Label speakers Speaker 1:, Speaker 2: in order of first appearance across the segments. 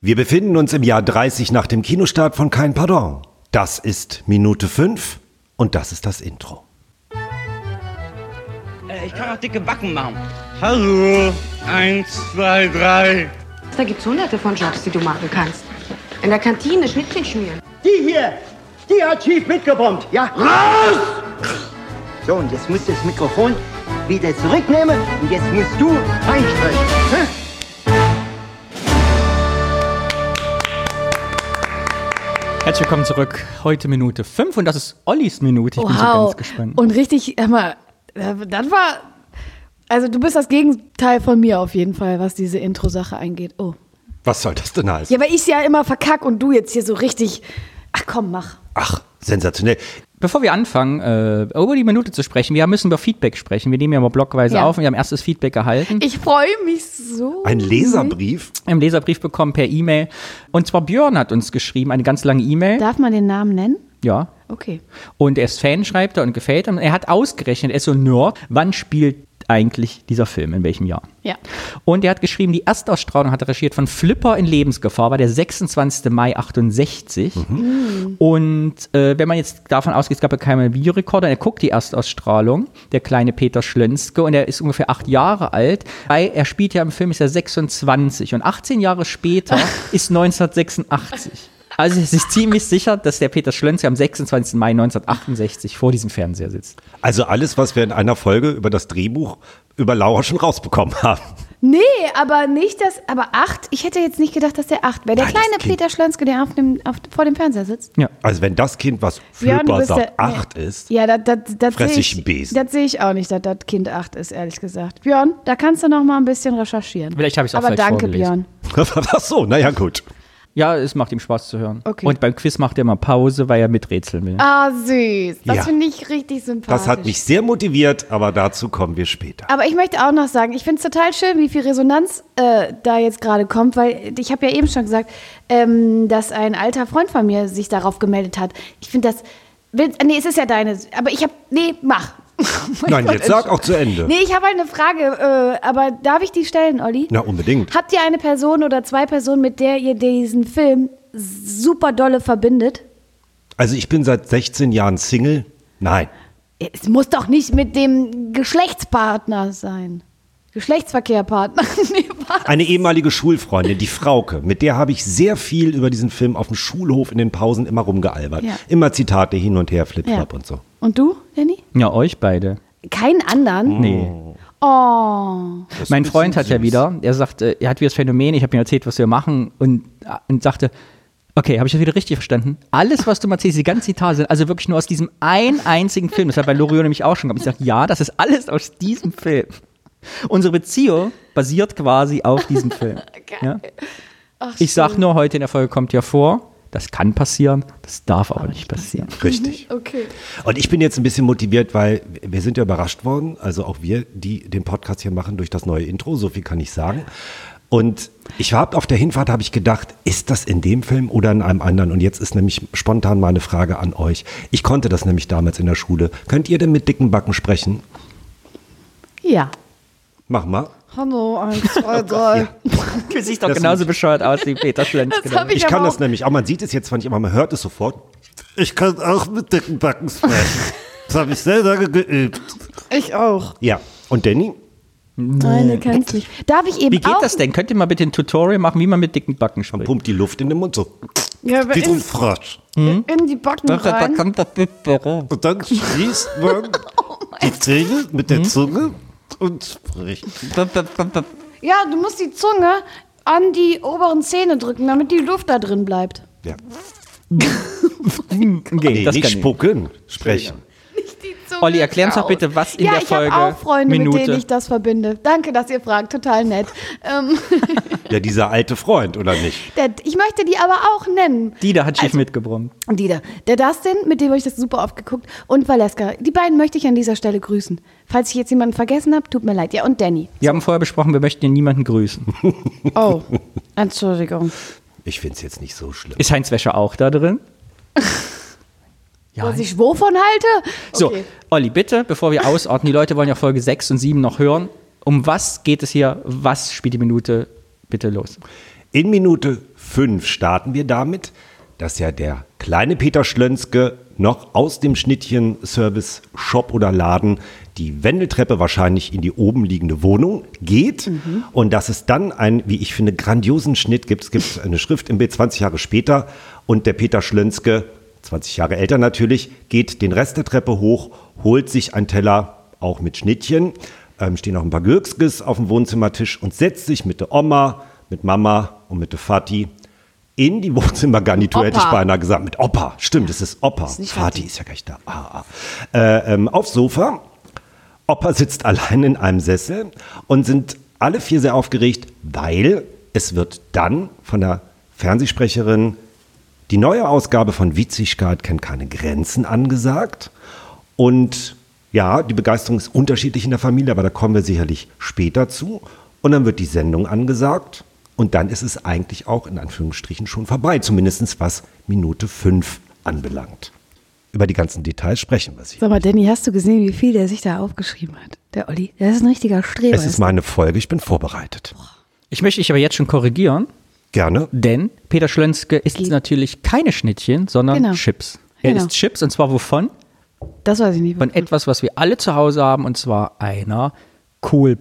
Speaker 1: Wir befinden uns im Jahr 30 nach dem Kinostart von Kein Pardon. Das ist Minute 5 und das ist das Intro.
Speaker 2: Äh, Ich kann auch dicke Backen machen. Hallo. Eins, zwei, drei.
Speaker 3: Da gibt es hunderte von Jobs, die du machen kannst. In der Kantine Schnittchen schmieren.
Speaker 4: Die hier, die hat schief mitgebombt, ja? Raus! So, und jetzt musst du das Mikrofon wieder zurücknehmen und jetzt musst du reinsprechen. hä?
Speaker 5: Herzlich willkommen zurück. Heute Minute 5 und das ist Ollis Minute. Ich bin so ganz gespannt.
Speaker 6: Und richtig, sag mal, das war. Also, du bist das Gegenteil von mir auf jeden Fall, was diese Intro-Sache angeht. Oh.
Speaker 1: Was soll das denn heißen?
Speaker 6: Ja, weil ich ja immer verkack und du jetzt hier so richtig. Ach komm, mach.
Speaker 1: Ach, sensationell.
Speaker 5: Bevor wir anfangen, äh, über die Minute zu sprechen, wir müssen über Feedback sprechen. Wir nehmen ja mal blockweise
Speaker 6: Ja.
Speaker 5: auf und wir haben erstes Feedback erhalten.
Speaker 6: Ich freue mich so.
Speaker 1: Ein Leserbrief?
Speaker 6: Mhm.
Speaker 5: Im Leserbrief bekommen per E-Mail. Und zwar Björn hat uns geschrieben, eine ganz lange E-Mail.
Speaker 6: Darf man den Namen nennen?
Speaker 5: Ja.
Speaker 6: Okay.
Speaker 5: Und er ist Fan, schreibt er und gefällt ihm. Er hat ausgerechnet, er ist so ein Nerd, wann spielt eigentlich dieser Film, in welchem Jahr?
Speaker 6: Ja.
Speaker 5: Und er hat geschrieben, die Erstausstrahlung hat er regiert von Flipper in Lebensgefahr, war der 26. Mai 68. Und äh, wenn man jetzt davon ausgeht, es gab ja keinen Videorekorder, und er guckt die Erstausstrahlung, der kleine Peter Schlönske, und er ist ungefähr acht Jahre alt, weil er spielt ja im Film, ist er 26. Und 18 Jahre später ist 1986. Also es ist ziemlich sicher, dass der Peter Schlönske am 26. Mai 1968 vor diesem Fernseher sitzt.
Speaker 1: Also alles, was wir in einer Folge über das Drehbuch über Laura schon rausbekommen haben.
Speaker 6: Nee, aber nicht das. Aber acht? Ich hätte jetzt nicht gedacht, dass der acht wäre. Der
Speaker 1: Nein, das
Speaker 6: kleine
Speaker 1: Kind.
Speaker 6: Peter Schlönske, der auf dem, auf, vor dem Fernseher sitzt.
Speaker 5: Ja.
Speaker 1: Also wenn das Kind, was
Speaker 6: Björn, du
Speaker 1: Flipper
Speaker 6: bist
Speaker 1: sagt,
Speaker 6: der-
Speaker 1: acht ist,
Speaker 6: Ja, das, das, das
Speaker 1: Fress
Speaker 6: sehe
Speaker 1: ich einen Besen.
Speaker 6: Das sehe ich auch nicht, dass das Kind 8 ist, ehrlich gesagt. Björn, da kannst du noch mal ein bisschen recherchieren.
Speaker 5: Vielleicht habe ich's auch
Speaker 6: Aber
Speaker 5: falsch
Speaker 6: danke,
Speaker 5: vorgelesen.
Speaker 6: Björn.
Speaker 1: ach so, naja gut.
Speaker 5: Ja, es macht ihm Spaß zu hören.
Speaker 6: Okay.
Speaker 5: Und beim Quiz macht er immer Pause, weil er miträtseln will.
Speaker 6: Ah, süß. Das
Speaker 1: Ja.
Speaker 6: finde ich richtig sympathisch.
Speaker 1: Das hat mich sehr motiviert, aber dazu kommen wir später.
Speaker 6: Aber ich möchte auch noch sagen, ich finde es total schön, wie viel Resonanz äh, da jetzt gerade kommt, weil ich habe ja eben schon gesagt, ähm, dass ein alter Freund von mir sich darauf gemeldet hat. Ich finde das. Will, nee, es ist ja deine. Aber ich habe. Nee, mach. Oh mein
Speaker 1: Nein, jetzt
Speaker 6: ist
Speaker 1: sag
Speaker 6: schon-
Speaker 1: auch zu Ende.
Speaker 6: Nee, ich habe halt eine Frage, äh, aber darf ich die stellen, Olli?
Speaker 1: Na, unbedingt.
Speaker 6: Habt ihr eine Person oder zwei Personen, mit der ihr diesen Film super dolle verbindet?
Speaker 1: Also ich bin seit 16 Jahren Single. Nein.
Speaker 6: Es muss doch nicht mit dem Geschlechtspartner sein. Geschlechtsverkehrpartner. nee, warte.
Speaker 1: Eine ehemalige Schulfreundin, die Frauke, mit der habe ich sehr viel über diesen Film auf dem Schulhof in den Pausen immer rumgealbert.
Speaker 6: Ja.
Speaker 1: Immer Zitate hin und her, Flipflap
Speaker 6: Ja.
Speaker 1: und so.
Speaker 6: Und du, Jenny?
Speaker 5: Ja, euch beide.
Speaker 6: Keinen anderen?
Speaker 5: Nee.
Speaker 6: Oh.
Speaker 1: Das ist ein
Speaker 5: mein
Speaker 1: bisschen
Speaker 5: Freund hat ja
Speaker 1: süß.
Speaker 5: wieder, er sagt, äh, er hat wieder das Phänomen, ich habe ihm erzählt, was wir machen und, äh, und sagte, okay, habe ich das wieder richtig verstanden? Alles, was du mal erzählst, die ganzen Zitate sind also wirklich nur aus diesem einen einzigen Film. Das hat bei Loriot nämlich auch schon gehabt. Ich sage, ja, das ist alles aus diesem Film. Unsere Beziehung basiert quasi auf diesem Film. Ja? ich sage nur, heute in der Folge kommt ja vor, das kann passieren, das darf aber nicht passieren.
Speaker 1: Richtig.
Speaker 6: Okay.
Speaker 1: Und ich bin jetzt ein bisschen motiviert, weil wir sind ja überrascht worden, also auch wir, die den Podcast hier machen, durch das neue Intro, so viel kann ich sagen. Und ich habe auf der Hinfahrt habe ich gedacht, ist das in dem Film oder in einem anderen? Und jetzt ist nämlich spontan meine Frage an euch. Ich konnte das nämlich damals in der Schule. Könnt ihr denn mit dicken Backen sprechen?
Speaker 6: Ja. Oh
Speaker 1: Mach mal.
Speaker 6: Hallo, eins, zwei, drei.
Speaker 5: Du siehst doch
Speaker 1: Das
Speaker 5: genauso bescheuert aus wie Peter Schlenz. genau.
Speaker 6: Das habe ich,
Speaker 1: Ich kann
Speaker 6: aber
Speaker 1: das
Speaker 6: auch-
Speaker 1: nämlich, aber man sieht es jetzt zwar nicht, aber man hört es sofort. Ich kann auch mit dicken Backen sprechen. Das habe ich selber geübt.
Speaker 6: Ich auch.
Speaker 1: Ja, und Danny?
Speaker 6: Nein, du kannst nicht. Darf ich eben
Speaker 5: Wie geht
Speaker 6: auch?
Speaker 5: das denn? Könnt ihr mal bitte ein Tutorial machen, wie man mit dicken Backen spricht?
Speaker 1: Pumpt die Luft in den Mund so.
Speaker 6: Ja, aber in,
Speaker 1: Frosch.
Speaker 5: Hm?
Speaker 6: in die Backen rein.
Speaker 5: Wie
Speaker 1: Und dann schließt man Mhm. die Zähne mit der Zunge und spricht.
Speaker 6: Ja, du musst die Zunge an die oberen Zähne drücken, damit die Luft da drin bleibt.
Speaker 1: Ja.
Speaker 5: nee,
Speaker 1: Nee,
Speaker 5: Hm, das
Speaker 1: nicht
Speaker 5: kann ich.
Speaker 1: spucken, sprechen.
Speaker 5: Olli, erklär uns doch bitte, was in
Speaker 6: ja,
Speaker 5: der Folge
Speaker 6: ich habe auch Freunde, mit
Speaker 5: Minute.
Speaker 6: denen ich das verbinde. Danke, dass ihr fragt. Total nett. ähm,
Speaker 1: Ja, dieser alte Freund, oder nicht?
Speaker 6: der, ich möchte die aber auch nennen.
Speaker 5: Die da hat
Speaker 1: Also-
Speaker 5: schief mitgebrummt.
Speaker 6: Und die da. Der Dustin, mit dem habe ich das super oft geguckt. Und Valeska. Die beiden möchte ich an dieser Stelle grüßen. Falls ich jetzt jemanden vergessen habe, tut mir leid. Ja, und Danny.
Speaker 5: Wir haben vorher besprochen, wir möchten hier niemanden grüßen.
Speaker 6: Oh, Entschuldigung.
Speaker 1: Ich finde es jetzt nicht so schlimm.
Speaker 5: Ist Heinz Wäscher auch da drin?
Speaker 6: Was ich wovon halte?
Speaker 5: So,
Speaker 6: Okay.
Speaker 5: Olli, bitte, bevor wir ausordnen, die Leute wollen ja Folge 6 und 7 noch hören. Um was geht es hier? Was spielt die Minute? Bitte los.
Speaker 1: In Minute fünf starten wir damit, dass ja der kleine Peter Schlönske noch aus dem Schnittchen Service Shop oder Laden die Wendeltreppe wahrscheinlich in die oben liegende Wohnung geht und dass es dann einen, wie ich finde, grandiosen Schnitt gibt. Es gibt eine Schrift im Bild 20 Jahre später und der Peter Schlönske, 20 Jahre älter natürlich, geht den Rest der Treppe hoch, holt sich einen Teller auch mit Schnittchen, ähm, stehen noch ein paar Gürkskes auf dem Wohnzimmertisch und setzt sich mit der Oma, mit Mama und mit der Vati in die Wohnzimmergarnitur, hätte ich
Speaker 6: Opa.
Speaker 1: beinahe gesagt, mit Opa. Stimmt, es ist Opa.
Speaker 6: nicht
Speaker 1: Vati ist ja gleich da. Ah, ah. Äh, ähm, aufs Sofa. Opa sitzt allein in einem Sessel und sind alle vier sehr aufgeregt, weil es wird dann von der Fernsehsprecherin die neue Ausgabe von Witzigkeit kennt keine Grenzen angesagt. Und ja, die Begeisterung ist unterschiedlich in der Familie, aber da kommen wir sicherlich später zu. Und dann wird die Sendung angesagt. Und dann ist es eigentlich auch in Anführungsstrichen schon vorbei, zumindest was Minute 5 anbelangt. Über die ganzen Details sprechen wir sicher.
Speaker 6: Sag mal, Danny, hast du gesehen, wie viel der sich da aufgeschrieben hat? Der Olli. Das ist ein richtiger Streber.
Speaker 1: Es ist meine Folge, ich bin vorbereitet.
Speaker 5: Ich möchte dich aber jetzt schon korrigieren,
Speaker 1: Gerne.
Speaker 5: denn Peter Schlönske isst natürlich keine Schnittchen, sondern
Speaker 6: Genau.
Speaker 5: Chips. Er
Speaker 6: Genau.
Speaker 5: isst Chips und zwar wovon?
Speaker 6: das weiß ich nicht.
Speaker 5: Von etwas, was wir alle zu Hause haben und zwar einer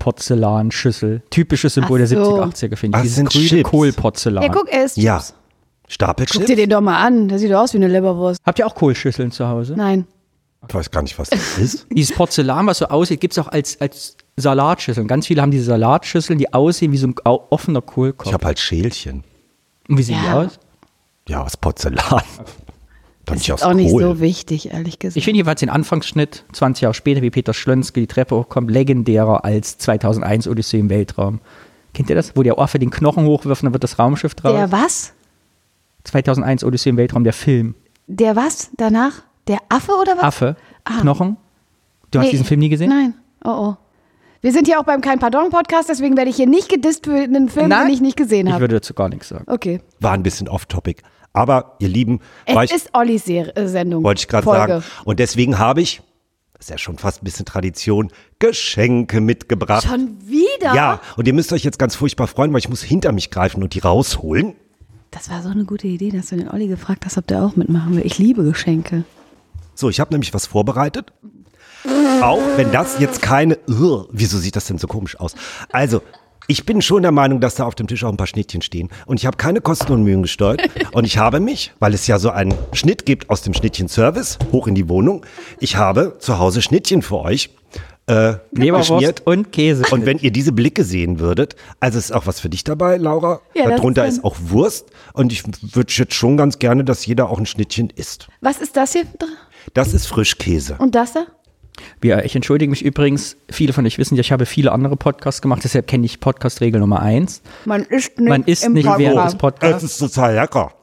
Speaker 5: Kohlporzellanschüssel. Typisches Symbol der
Speaker 6: Ach so.
Speaker 5: 70er, 80er, finde ich.
Speaker 1: Ach,
Speaker 5: Dieses
Speaker 1: Ah, sind
Speaker 5: grüne
Speaker 1: Chips.
Speaker 5: Kohlporzellan.
Speaker 6: ja, guck, er ist.
Speaker 1: Ja.
Speaker 6: Guck dir
Speaker 1: Stapelchips?
Speaker 6: den doch mal an. Der sieht doch aus wie eine Leberwurst.
Speaker 5: Habt ihr auch Kohlschüsseln zu Hause?
Speaker 6: Nein.
Speaker 1: Ich weiß gar nicht, was das ist.
Speaker 5: Dieses Porzellan, was so aussieht, gibt es auch als, als Salatschüsseln. Ganz viele haben diese Salatschüsseln, die aussehen wie so ein au- offener Kohlkopf.
Speaker 1: Ich habe halt Schälchen.
Speaker 5: und wie sehen die
Speaker 6: Ja.
Speaker 5: aus?
Speaker 1: Ja, aus Porzellan. Dann nicht aus
Speaker 6: Ist auch nicht
Speaker 1: Kohl.
Speaker 6: so wichtig, ehrlich gesagt.
Speaker 5: Ich finde jedenfalls den Anfangsschnitt, 20 Jahre später, wie Peter Schlönske die Treppe hochkommt, legendärer als 2001 Odyssee im Weltraum. Kennt ihr das? Wo der Affe den Knochen hochwirft und dann wird das Raumschiff draus.
Speaker 6: der was?
Speaker 5: 2001 Odyssee im Weltraum, der Film.
Speaker 6: Der was danach? Der Affe oder was?
Speaker 5: Affe,
Speaker 6: Ah.
Speaker 5: Knochen. Du hast
Speaker 6: Nee,
Speaker 5: diesen Film nie gesehen?
Speaker 6: Nein. Oh oh. Wir sind hier auch beim Kein Pardon Podcast, deswegen werde ich hier nicht gedisst für einen Film,
Speaker 5: Nein.
Speaker 6: den ich nicht gesehen
Speaker 5: Ich
Speaker 6: habe.
Speaker 5: würde dazu gar nichts sagen.
Speaker 6: Okay.
Speaker 1: War ein bisschen off-topic. Aber, ihr Lieben, war
Speaker 6: Es
Speaker 1: ich,
Speaker 6: ist Ollis Ser- äh, Sendung.
Speaker 1: wollte ich gerade
Speaker 6: Folge.
Speaker 1: sagen. Und deswegen habe ich, das ist ja schon fast ein bisschen Tradition, Geschenke mitgebracht.
Speaker 6: Schon wieder?
Speaker 1: ja, und ihr müsst euch jetzt ganz furchtbar freuen, weil ich muss hinter mich greifen und die rausholen.
Speaker 6: Das war so eine gute Idee, dass du den Olli gefragt hast, ob der auch mitmachen will. Ich liebe Geschenke.
Speaker 1: So, ich habe nämlich was vorbereitet. Auch wenn das jetzt keine. Ugh, wieso sieht das denn so komisch aus? Also, ich bin schon der Meinung, dass da auf dem Tisch auch ein paar Schnittchen stehen. Und ich habe keine Kosten und Mühen gesteuert. Und ich habe mich, weil es ja so einen Schnitt gibt aus dem Schnittchen-Service, hoch in die Wohnung, ich habe zu Hause Schnittchen für euch. Äh, geschmiert.
Speaker 5: Leberwurst und Käse.
Speaker 1: Und wenn ihr diese Blicke sehen würdet, also ist auch was für dich dabei, Laura.
Speaker 6: Ja, das
Speaker 1: Darunter
Speaker 6: ist
Speaker 1: ist auch Wurst. Und ich würde jetzt schon ganz gerne, dass jeder auch ein Schnittchen isst.
Speaker 6: Was ist das hier drin?
Speaker 1: Das ist Frischkäse.
Speaker 6: Und das da?
Speaker 5: Ja, ich entschuldige mich übrigens, viele von euch wissen ja, ich habe viele andere Podcasts gemacht, deshalb kenne ich Podcast-Regel Nummer eins.
Speaker 6: Man isst nicht,
Speaker 5: Man isst
Speaker 6: im Äh,
Speaker 5: nicht während
Speaker 6: Programm.
Speaker 5: des Podcasts.
Speaker 1: ist total lecker.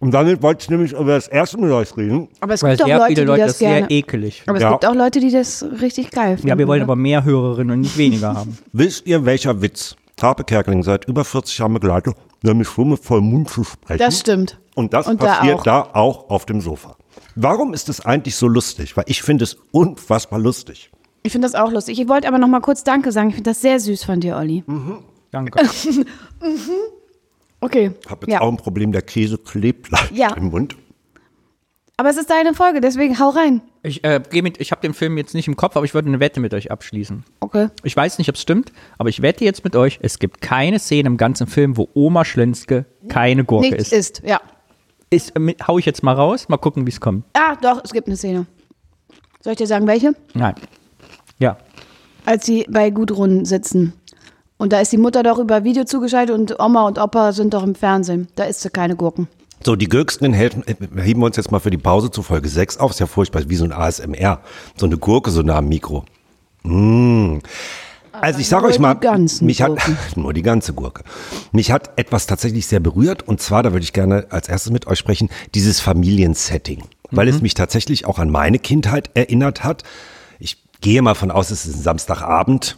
Speaker 1: Und damit wollte ich nämlich über das erste mit euch reden.
Speaker 6: Aber es
Speaker 5: Weil
Speaker 6: gibt auch
Speaker 5: sehr
Speaker 6: Leute,
Speaker 5: viele
Speaker 6: die
Speaker 5: Leute
Speaker 6: das
Speaker 5: das sehr
Speaker 6: gerne.
Speaker 5: ekelig.
Speaker 6: aber es
Speaker 1: Ja.
Speaker 6: gibt auch Leute, die das richtig geil finden.
Speaker 5: Ja, wir wollen
Speaker 6: oder?
Speaker 5: aber mehr Hörerinnen und nicht weniger haben.
Speaker 1: Wisst ihr, welcher Witz Tabe Kerkeling seit über 40 Jahren begleitet, nämlich schon mit vollem Mund zu sprechen?
Speaker 6: Das stimmt.
Speaker 1: Und das
Speaker 6: Und da auch.
Speaker 1: passiert da auch. auf dem Sofa. Warum ist es eigentlich so lustig? Weil ich finde es unfassbar lustig.
Speaker 6: Ich finde das auch lustig. Ich wollte aber noch mal kurz Danke sagen. Ich finde das sehr süß von dir, Olli.
Speaker 5: Hm. Danke.
Speaker 6: Okay.
Speaker 1: Ich habe jetzt
Speaker 6: Ja.
Speaker 1: auch ein Problem, der Käse klebt leicht
Speaker 6: Ja.
Speaker 1: im Mund.
Speaker 6: Aber es ist deine Folge, deswegen hau rein.
Speaker 5: Ich, äh, geh mit- ich habe den Film jetzt nicht im Kopf, aber ich würde eine Wette mit euch abschließen.
Speaker 6: Okay.
Speaker 5: Ich weiß nicht, ob es stimmt, aber ich wette jetzt mit euch, es gibt keine Szene im ganzen Film, wo Oma Schlönske keine Gurke
Speaker 6: Nichts
Speaker 5: ist.
Speaker 6: ist. Ja.
Speaker 5: ist äh, mit- hau ich jetzt mal raus, mal gucken, wie es kommt.
Speaker 6: Ah, doch, es gibt eine Szene. Soll ich dir sagen, welche?
Speaker 5: Nein. Ja.
Speaker 6: Als sie bei Gudrun sitzen. Und da ist die Mutter doch über Video zugeschaltet und Oma und Opa sind doch im Fernsehen. Da isst sie keine Gurken.
Speaker 1: So, die Gürksten helfen, äh, heben wir uns jetzt mal für die Pause zu Folge 6 auf. Ist ja furchtbar, wie so ein ASMR. So eine Gurke so nah am Mikro. Mm. Also ich sage
Speaker 6: nur
Speaker 1: euch mal,
Speaker 6: die ganzen
Speaker 1: mich hat
Speaker 6: Gurken.
Speaker 1: nur die ganze Gurke. Mich hat etwas tatsächlich sehr berührt und zwar, da würde ich gerne als erstes mit euch sprechen, dieses Familiensetting, weil es mich tatsächlich auch an meine Kindheit erinnert hat. Ich gehe mal von aus, es ist ein Samstagabend,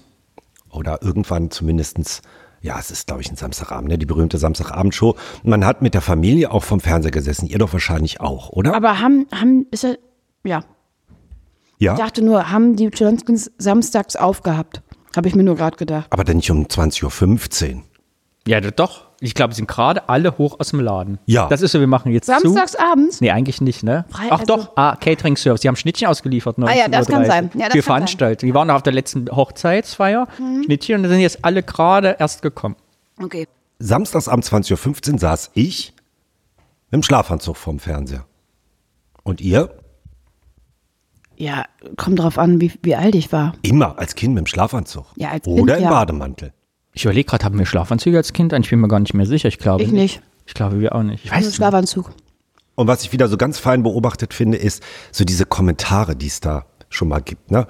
Speaker 1: oder irgendwann zumindestens, ja, es ist, glaube ich, ein Samstagabend, ne? die berühmte Samstagabendshow. Man hat mit der Familie auch vom Fernseher gesessen, ihr doch wahrscheinlich auch, oder?
Speaker 6: Aber haben, haben, ist ja, ja.
Speaker 1: ja.
Speaker 6: Ich dachte nur, haben die Johnskins samstags aufgehabt? Habe ich mir nur gerade gedacht.
Speaker 1: Aber dann nicht um 20.15 Uhr.
Speaker 5: Ja, d- doch. Ich glaube, sind gerade alle hoch aus dem Laden.
Speaker 1: Ja.
Speaker 5: Das ist so, wir machen jetzt
Speaker 6: Samstags
Speaker 5: zu.
Speaker 6: abends?
Speaker 5: Nee, eigentlich nicht, ne?
Speaker 6: Frei-
Speaker 5: Ach
Speaker 6: also-
Speaker 5: doch, ah, Catering Service. Die haben Schnittchen ausgeliefert.
Speaker 6: Ah ja, das kann
Speaker 5: 19.30.
Speaker 6: sein. Mhm. Ja, das
Speaker 5: Für
Speaker 6: kann
Speaker 5: Veranstaltungen. Die waren noch auf der letzten Hochzeitsfeier. Schnittchen und da sind jetzt alle gerade erst gekommen.
Speaker 6: Okay.
Speaker 1: Samstags abends 20.15 Uhr saß ich mit dem Schlafanzug vorm Fernseher. Und ihr?
Speaker 6: Ja, kommt drauf an, wie, wie alt ich war.
Speaker 1: Immer als Kind mit dem Schlafanzug.
Speaker 6: Ja, als Kind,
Speaker 1: Oder im
Speaker 6: ja.
Speaker 1: Bademantel.
Speaker 5: Ich überlege gerade, haben wir Schlafanzüge als Kind an? Ich bin mir gar nicht mehr sicher. Ich glaube
Speaker 6: Ich nicht.
Speaker 5: Ich glaube, wir auch nicht. Ich weiß
Speaker 6: Also
Speaker 5: es nicht.
Speaker 6: Schlafanzug.
Speaker 1: Und was ich wieder so ganz fein beobachtet finde, ist so diese Kommentare, die es da schon mal gibt. Ne?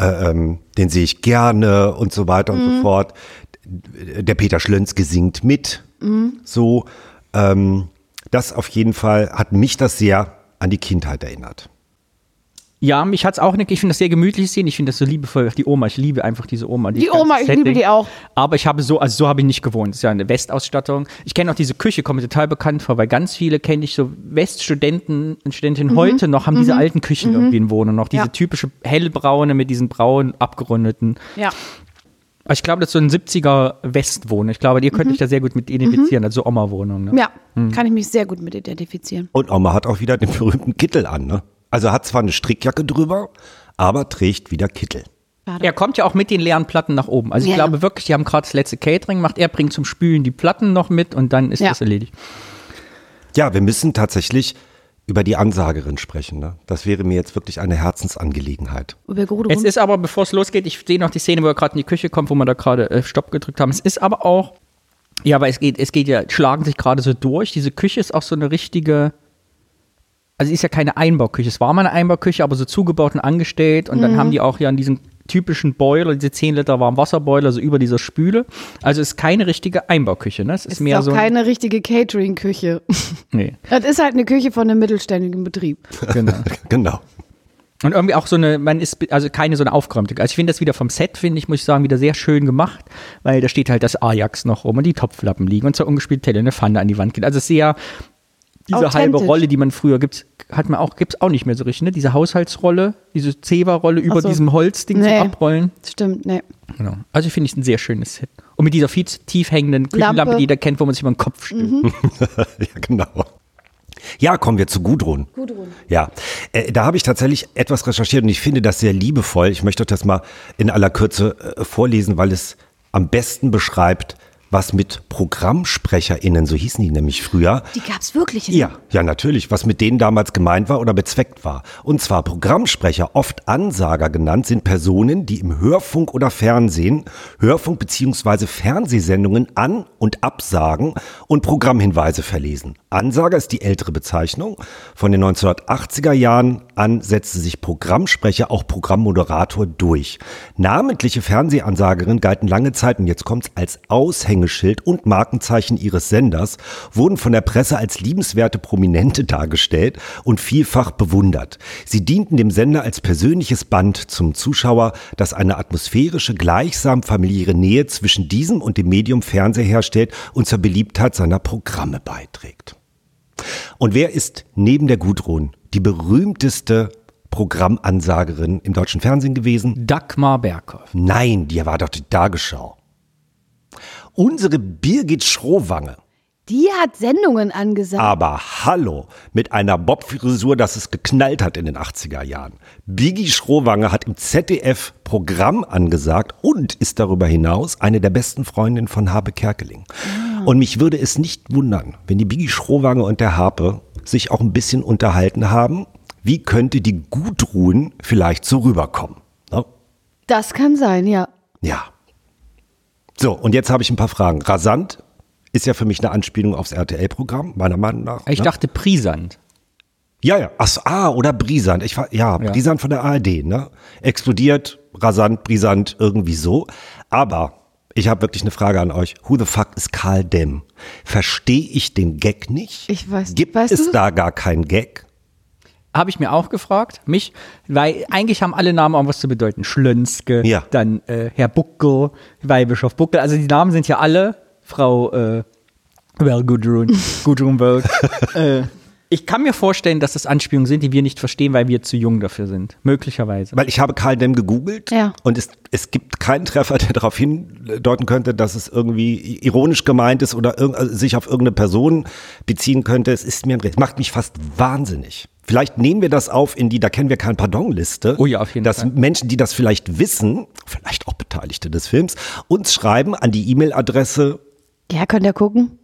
Speaker 1: Äh, ähm, den sehe ich gerne und so weiter und so fort. Der Peter Schlönzke singt mit. So, ähm, das auf jeden Fall hat mich das sehr an die Kindheit erinnert.
Speaker 5: Ja, mich hat's auch nicht. Ich finde das sehr gemütlich sehen. Ich finde das so liebevoll. Die Oma, ich liebe einfach diese Oma.
Speaker 6: Die
Speaker 5: ganze
Speaker 6: Oma, ich liebe die auch.
Speaker 5: Aber ich habe so, also so habe ich nicht gewohnt. Das ist ja eine Westausstattung. Ich kenne auch diese Küche, kommt mir total bekannt vor, weil ganz viele kenne ich so Weststudenten und Studentinnen heute noch, haben diese alten Küchen irgendwie in Wohnung noch. Diese
Speaker 6: Mhm. Ja.
Speaker 5: typische hellbraune mit diesen braunen, abgerundeten.
Speaker 6: Ja.
Speaker 5: Aber ich glaube, das ist so ein 70er Westwohnen. Ich glaube, ihr
Speaker 6: Mhm.
Speaker 5: könnt euch da sehr gut mit identifizieren, also Oma-Wohnung. Ne?
Speaker 6: Ja, kann ich mich sehr gut mit identifizieren.
Speaker 1: Und Oma hat auch wieder den berühmten Kittel an. Ne? Also hat zwar eine Strickjacke drüber, aber trägt wieder Kittel.
Speaker 5: Er kommt ja auch mit den leeren Platten nach oben. Also ich
Speaker 6: Ja.
Speaker 5: glaube wirklich, die haben gerade das letzte Catering gemacht. Er bringt zum Spülen die Platten noch mit und dann ist
Speaker 6: Ja.
Speaker 5: das erledigt.
Speaker 1: Ja, wir müssen tatsächlich über die Ansagerin sprechen. Ne? Das wäre mir jetzt wirklich eine Herzensangelegenheit.
Speaker 6: Über Gerudo
Speaker 5: Es ist aber, bevor es losgeht, ich sehe noch die Szene, wo er gerade in die Küche kommt, wo wir da gerade äh, Stopp gedrückt haben. Es ist aber auch, ja, weil es geht, es geht ja, schlagen sich gerade so durch. Diese Küche ist auch so eine richtige, also sie ist ja keine Einbauküche. Es war mal eine Einbauküche, aber so zugebaut und angestellt. Und
Speaker 6: Mhm.
Speaker 5: dann haben die auch ja an diesen typischen Boiler, diese 10 Liter Warmwasserboiler, so über dieser Spüle. Also es ist keine richtige Einbauküche, ne? Es ist,
Speaker 6: ist
Speaker 5: mehr
Speaker 6: auch
Speaker 5: so ein,
Speaker 6: keine richtige Catering-Küche.
Speaker 5: Nee,
Speaker 6: Das ist halt eine Küche von einem mittelständigen Betrieb.
Speaker 5: genau.
Speaker 1: Genau.
Speaker 5: Und irgendwie auch so eine, man ist, be- also keine so eine aufgeräumte. Also ich finde das wieder vom Set, finde ich, muss ich sagen, wieder sehr schön gemacht, weil da steht halt das Ajax noch rum und die Topflappen liegen und zur ungespielte Telle eine Pfanne an die Wand geht. Also sehr, diese halbe
Speaker 6: Authentisch.
Speaker 5: Rolle, die man früher gibt, hat man auch, gibt's auch nicht mehr so richtig, ne? Diese Haushaltsrolle, diese Zewa-Rolle über
Speaker 6: Ach so.
Speaker 5: diesem Holzding
Speaker 6: Also, Nee.
Speaker 5: zum Abrollen.
Speaker 6: Stimmt, ne.
Speaker 5: Genau. Also finde ich ein sehr schönes Set. Und mit dieser viel zu tief hängenden Küchenlampe,
Speaker 6: Lampe. Mhm.
Speaker 5: die da kennt, wo man sich über den Kopf stößt.
Speaker 1: Ja, genau. Ja, kommen wir zu Gudrun. Gudrun. Ja, äh, da habe ich tatsächlich etwas recherchiert und ich finde das sehr liebevoll. Ich möchte euch das mal in aller Kürze äh, vorlesen, weil es am besten beschreibt, was mit ProgrammsprecherInnen, so hießen die nämlich früher,
Speaker 6: Die gab's wirklich.
Speaker 1: Ja, ja, natürlich, was mit denen damals gemeint war oder bezweckt war. Und zwar Programmsprecher, oft Ansager genannt, sind Personen, die im Hörfunk oder Fernsehen Hörfunk bzw. Fernsehsendungen an- und absagen und Programmhinweise verlesen. Ansager ist die ältere Bezeichnung. Von den 1980er Jahren an setzte sich Programmsprecher, auch Programmmoderator durch. Namentliche Fernsehansagerinnen galten lange Zeit, und jetzt kommt's, als Aushängeschild und Markenzeichen ihres Senders, wurden von der Presse als liebenswerte Prominente dargestellt und vielfach bewundert. Sie dienten dem Sender als persönliches Band zum Zuschauer, das eine atmosphärische, gleichsam familiäre Nähe zwischen diesem und dem Medium Fernseh herstellt und zur Beliebtheit seiner Programme beiträgt. Und wer ist neben der Gudrun die berühmteste Programmansagerin im deutschen Fernsehen gewesen?
Speaker 5: Dagmar Berghoff.
Speaker 1: Nein, die war doch die Tagesschau. Unsere Birgit Schrowange.
Speaker 6: Die hat Sendungen angesagt.
Speaker 1: Aber hallo, mit einer Bobfrisur, dass es geknallt hat in den 80er Jahren. Biggie Schrowange hat im ZDF Programm angesagt und ist darüber hinaus eine der besten Freundinnen von Harpe Kerkeling. Und mich würde es nicht wundern, wenn die Biggie Schrowange und der Harpe sich auch ein bisschen unterhalten haben, wie könnte die Gudrun vielleicht so rüberkommen. Ne?
Speaker 5: Ah.
Speaker 6: Das kann sein, ja.
Speaker 1: Ja. So, und jetzt habe ich ein paar Fragen. Rasant ist ja für mich eine Anspielung aufs RTL-Programm, meiner Meinung nach.
Speaker 5: Ich
Speaker 1: ne?
Speaker 5: dachte Prisand.
Speaker 1: Ja, ja. Ach, so, ah, oder Brisant. Ich, war- ja,
Speaker 5: Ja.
Speaker 1: ja, Brisant von der ARD, ne? Explodiert, rasant, brisant, irgendwie so. Aber ich habe wirklich eine Frage an euch. Who the fuck ist Karl Demm? Verstehe ich den Gag nicht?
Speaker 6: Ich weiß-
Speaker 1: Gibt
Speaker 6: weißt
Speaker 1: es
Speaker 6: du-
Speaker 1: da gar keinen Gag?
Speaker 5: Habe ich mir auch gefragt, mich, weil eigentlich haben alle Namen auch was zu bedeuten. Schlönske,
Speaker 1: Ja.
Speaker 5: dann äh, Herr Buckel, Weihbischof Buckel, also die Namen sind ja alle Frau äh, Well Gudrun, Gudrun Wölk. äh, Ich kann mir vorstellen, dass das Anspielungen sind, die wir nicht verstehen, weil wir zu jung dafür sind. Möglicherweise.
Speaker 1: Weil ich habe Karl Dem gegoogelt
Speaker 6: Ja.
Speaker 1: und es, es gibt keinen Treffer, der darauf hindeuten könnte, dass es irgendwie ironisch gemeint ist oder irg also sich auf irgendeine Person beziehen könnte. Es ist mir ein Rätsel. Macht mich fast wahnsinnig. Vielleicht nehmen wir das auf in die, da kennen wir keine Pardon-Liste.
Speaker 5: Oh ja, auf jeden
Speaker 1: dass
Speaker 5: Fall.
Speaker 1: Menschen, die das vielleicht wissen, vielleicht auch Beteiligte des Films, uns schreiben an die E-Mail-Adresse
Speaker 6: Ja, könnt ihr gucken.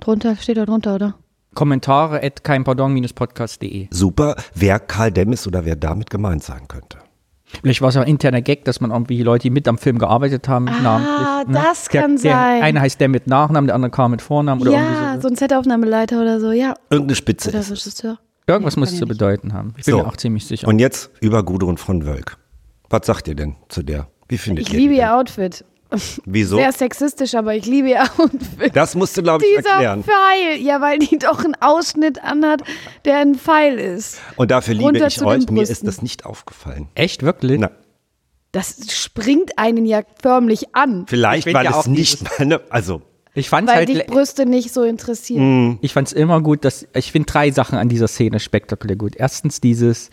Speaker 6: Drunter, steht da drunter, oder?
Speaker 5: Kommentare at keinpardon-podcast.de.
Speaker 1: super, wer Karl Dem ist oder wer damit gemeint sein könnte.
Speaker 5: Vielleicht war es auch ein interner Gag, dass man irgendwie Leute, die mit am Film gearbeitet haben, mit
Speaker 6: Ah,
Speaker 5: Namen.
Speaker 6: das
Speaker 5: der,
Speaker 6: kann
Speaker 5: der,
Speaker 6: sein.
Speaker 5: Eine heißt der mit Nachnamen, der andere Karl mit Vornamen oder ne? irgendwie
Speaker 6: ja, so ein Set-Aufnahmeleiter oder so, ja.
Speaker 1: Irgendeine Spitze
Speaker 6: Oder
Speaker 1: ist.
Speaker 6: Regisseur.
Speaker 5: so. Irgendwas muss es zu bedeuten haben. Ich bin mir auch ziemlich sicher.
Speaker 1: Und jetzt über Gudrun von Wölk. Was sagt ihr denn zu der? Wie findet
Speaker 6: Ich
Speaker 1: ihr
Speaker 6: liebe
Speaker 1: die denn?
Speaker 6: ihr Outfit.
Speaker 1: Wieso?
Speaker 6: Sehr sexistisch, aber ich liebe ihr Outfit.
Speaker 1: Das musst du, glaube ich,
Speaker 6: Dieser
Speaker 1: erklären.
Speaker 6: Pfeil. Ja, weil die doch einen Ausschnitt anhat, der ein Pfeil ist.
Speaker 1: Und dafür liebe
Speaker 6: Runter
Speaker 1: ich
Speaker 6: zu
Speaker 1: euch.
Speaker 6: den
Speaker 1: Mir
Speaker 6: Brüsten.
Speaker 1: ist das nicht aufgefallen.
Speaker 5: Echt, wirklich?
Speaker 1: Na,
Speaker 6: Das springt einen ja förmlich an,
Speaker 1: vielleicht,
Speaker 5: Ich
Speaker 1: weil
Speaker 5: find ja
Speaker 1: es
Speaker 5: auch
Speaker 1: nicht meine. Also,
Speaker 5: Ich fand's
Speaker 6: weil
Speaker 5: halt,
Speaker 6: dich Brüste nicht so interessieren.
Speaker 5: ich fand's immer gut, dass, ich finde drei Sachen an dieser Szene spektakulär gut. Erstens dieses,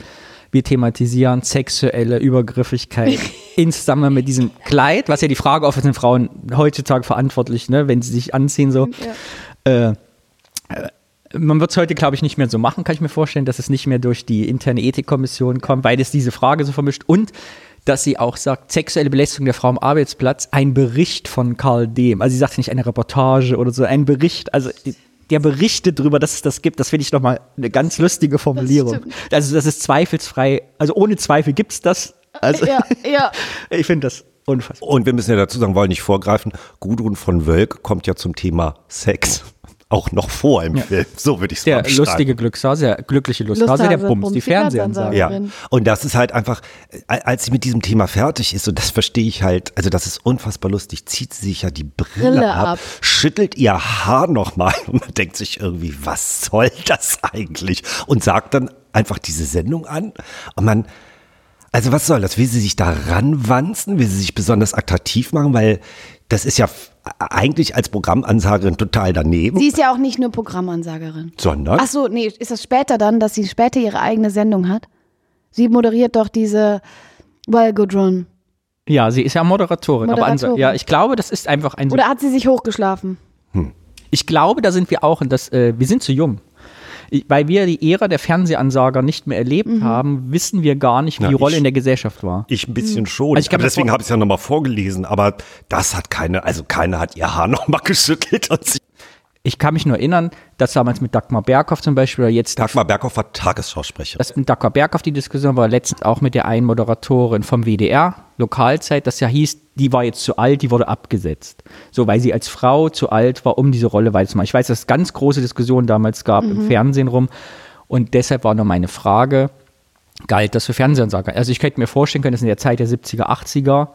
Speaker 5: wir thematisieren sexuelle Übergriffigkeit in Zusammenhang mit diesem Kleid, was ja die Frage oft sind Frauen heutzutage verantwortlich, ne, wenn sie sich anziehen so. Äh, äh, man wird es heute, glaube ich, nicht mehr so machen, kann ich mir vorstellen, dass es nicht mehr durch die interne Ethikkommission kommt, weil es diese Frage so vermischt und dass sie auch sagt, sexuelle Belästigung der Frau am Arbeitsplatz, ein Bericht von Karl Dehm. Also sie sagt nicht eine Reportage oder so, ein Bericht, also die- der berichtet darüber, dass es das gibt. Das finde ich nochmal eine ganz lustige Formulierung. also das ist zweifelsfrei, also ohne Zweifel gibt es das. Also
Speaker 6: Ja, ja.
Speaker 5: ich finde das unfassbar.
Speaker 1: und wir müssen ja dazu sagen, wollen nicht vorgreifen. Gudrun von Wölk kommt ja zum Thema Sex auch noch vor im Film. So würde ich es
Speaker 5: Der
Speaker 1: mal beschreiben.
Speaker 5: lustige Glückshase, der glückliche Lusthase, der
Speaker 6: Lusthase,
Speaker 5: bumst, die
Speaker 6: bumst die
Speaker 5: Fernsehansage.
Speaker 6: Fernsehansage.
Speaker 1: Ja.
Speaker 6: drin.
Speaker 1: Und das ist halt einfach, äh, als sie mit diesem Thema fertig ist, und das verstehe ich halt, also das ist unfassbar lustig, zieht sie sich ja die Brille,
Speaker 6: Brille
Speaker 1: ab,
Speaker 6: ab.
Speaker 1: schüttelt ihr Haar nochmal und man denkt sich irgendwie, was soll das eigentlich? Und sagt dann einfach diese Sendung an und man, also was soll das? Will sie sich da ranwanzen? Will sie sich besonders attraktiv machen? Weil das ist ja f- äh, eigentlich als Programmansagerin total daneben.
Speaker 6: Sie ist ja auch nicht nur Programmansagerin.
Speaker 1: sondern
Speaker 6: Ach so, nee, ist das später dann, dass sie später ihre eigene Sendung hat? Sie moderiert doch diese Well Good Run.
Speaker 5: Ja, sie ist ja Moderatorin. Aber
Speaker 6: Moderatorin.
Speaker 5: ansa- ja, ich glaube, das ist einfach ein.
Speaker 6: Oder hat sie sich hochgeschlafen?
Speaker 5: ich glaube, da sind wir auch und das, äh, wir sind zu jung. Ich, weil wir die Ära der Fernsehansager nicht mehr erlebt haben, wissen wir gar nicht, wie
Speaker 1: Na,
Speaker 5: die
Speaker 1: ich-
Speaker 5: Rolle in der Gesellschaft war.
Speaker 1: Ich ein bisschen schon.
Speaker 5: Also ich kann
Speaker 1: aber
Speaker 5: mir
Speaker 1: deswegen
Speaker 5: vor-
Speaker 1: habe ich es ja nochmal vorgelesen. Aber das hat keine, also keiner hat ihr Haar nochmal geschüttelt. Und sie,
Speaker 5: Ich kann mich nur erinnern, dass damals mit Dagmar Berghoff zum Beispiel oder jetzt
Speaker 1: Dagmar Berghoff war Tagesschausprecherin.
Speaker 5: dass mit Dagmar Berghoff die Diskussion war, letztens auch mit der einen Moderatorin vom WDR, Lokalzeit, das ja hieß, die war jetzt zu alt, die wurde abgesetzt. So, weil sie als Frau zu alt war, um diese Rolle weiterzumachen. Ich weiß, dass es ganz große Diskussionen damals gab im Fernsehen rum. Und deshalb war noch meine Frage, galt das für Fernsehansager? Also ich könnte mir vorstellen können, dass in der Zeit der 70er, 80er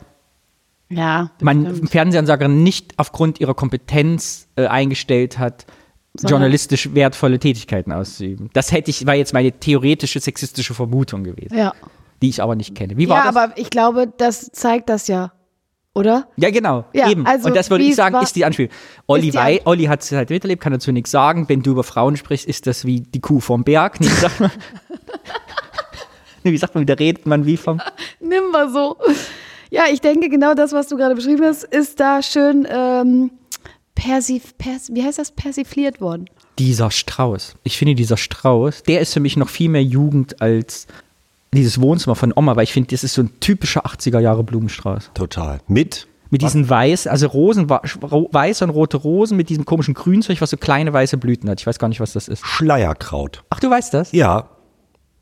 Speaker 6: Ja.
Speaker 5: man Fernsehansagerin nicht aufgrund ihrer Kompetenz äh, eingestellt hat, journalistisch wertvolle Tätigkeiten auszuüben. Das hätte ich, war jetzt meine theoretische sexistische Vermutung gewesen,
Speaker 6: Ja.
Speaker 5: die ich aber nicht kenne. Wie war
Speaker 6: Ja,
Speaker 5: das?
Speaker 6: aber ich glaube, das zeigt das ja. Oder?
Speaker 5: ja, genau.
Speaker 6: Ja,
Speaker 5: eben.
Speaker 6: also
Speaker 5: Und das würde
Speaker 6: wie
Speaker 5: ich
Speaker 6: es
Speaker 5: sagen,
Speaker 6: war-
Speaker 5: ist die Anspielung. Olli,
Speaker 6: die
Speaker 5: Wei- Olli hat es halt miterlebt, kann dazu nichts sagen. Wenn du über Frauen sprichst, ist das wie die Kuh vom Berg. Nee, wie sagt man, nee, wie sagt man, da redet man wie vom...
Speaker 6: Nimm mal so. Ja, ich denke, genau das, was du gerade beschrieben hast, ist da schön ähm, persif, pers wie heißt das? persifliert worden.
Speaker 5: Dieser Strauß. Ich finde, dieser Strauß, der ist für mich noch viel mehr Jugend als dieses Wohnzimmer von Oma, weil ich finde, das ist so ein typischer 80er Jahre Blumenstrauß.
Speaker 1: Total. Mit?
Speaker 5: Mit diesen weiß, also Rosen, wa- ro- weiße und rote Rosen mit diesem komischen Grünzeug, was so kleine weiße Blüten hat. Ich weiß gar nicht, was das ist.
Speaker 1: Schleierkraut.
Speaker 5: Ach, du weißt das?
Speaker 1: Ja.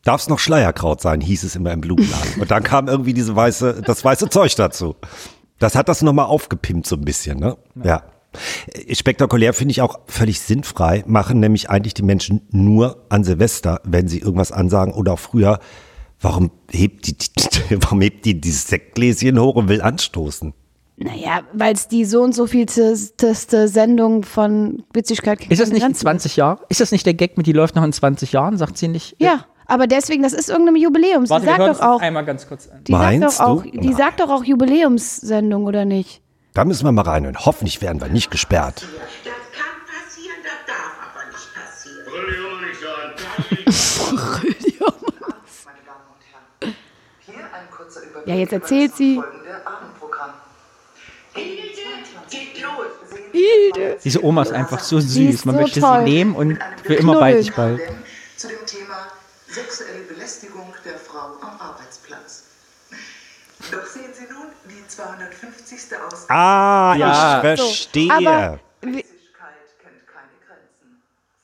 Speaker 1: Darf es noch Schleierkraut sein, hieß es immer im Blumenladen. Und dann kam irgendwie diese weiße, das weiße Zeug dazu. Das hat das nochmal aufgepimpt so ein bisschen, ne? Ja. Äh, Spektakulär finde ich auch völlig sinnfrei, machen nämlich eigentlich die Menschen nur an Silvester, wenn sie irgendwas ansagen oder auch früher. Warum hebt die, die warum hebt die dieses Sektgläschen hoch und will anstoßen?
Speaker 6: Naja, weil es die so und so vielste Sendung von Witzigkeit
Speaker 5: Ist das nicht in 20 Jahren? Ist das nicht der Gag mit, die läuft noch in 20 Jahren? Sagt sie nicht?
Speaker 6: Ja, aber deswegen, das ist irgendein Jubiläum. Die sagt doch auch,
Speaker 5: einmal ganz kurz an.
Speaker 6: die sagt
Speaker 1: Meinst
Speaker 6: doch auch,
Speaker 1: du?
Speaker 6: die sagt doch auch Jubiläumssendung, oder nicht?
Speaker 1: Da müssen wir mal reinhören. Hoffentlich werden wir nicht gesperrt.
Speaker 7: Das kann passieren, das darf aber nicht passieren.
Speaker 2: Brille immer nicht so
Speaker 7: meine Damen und Herren. Hier ein kurzer Überblick
Speaker 6: Ja, jetzt
Speaker 7: über das
Speaker 6: erzählt sie.
Speaker 7: folgende Abendprogramm. Hilde, geht los! Sehen Sie
Speaker 6: Hilde.
Speaker 5: Diese Oma ist einfach so süß.
Speaker 6: Sie ist
Speaker 5: Man
Speaker 6: so
Speaker 5: möchte
Speaker 6: toll.
Speaker 5: sie nehmen und für immer bei sich
Speaker 7: Abend
Speaker 5: behalten.
Speaker 7: zu dem Thema sexuelle Belästigung der Frau am Arbeitsplatz. Doch sehen Sie nun die 250. Ausgabe.
Speaker 1: Ah,
Speaker 5: Ja.
Speaker 1: ich verstehe.
Speaker 6: Aber wie,
Speaker 7: Sitzigkeit kennt keine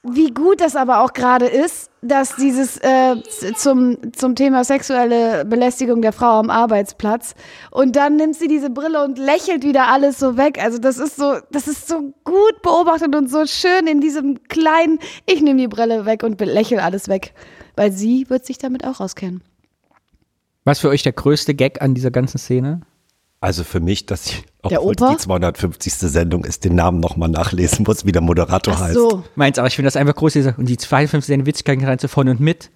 Speaker 7: Grenzen.
Speaker 6: wie gut das aber auch gerade ist, dass dieses äh, z- zum, zum Thema sexuelle Belästigung der Frau am Arbeitsplatz und dann nimmt sie diese Brille und lächelt wieder alles so weg. Also das ist so, das ist so gut beobachtet und so schön in diesem kleinen, ich nehme die Brille weg und lächle alles weg. Weil sie wird sich damit auch auskennen.
Speaker 5: Was für euch der größte Gag an dieser ganzen Szene?
Speaker 1: Also für mich, dass ich,
Speaker 6: Der
Speaker 1: obwohl es
Speaker 6: Opa?
Speaker 1: die 250. Sendung ist, den Namen nochmal nachlesen muss, wie der Moderator
Speaker 6: Ach
Speaker 1: heißt.
Speaker 6: so.
Speaker 5: Meins, aber ich finde das einfach groß. diese- Und die 52 Cent Witzigkeiten von und mit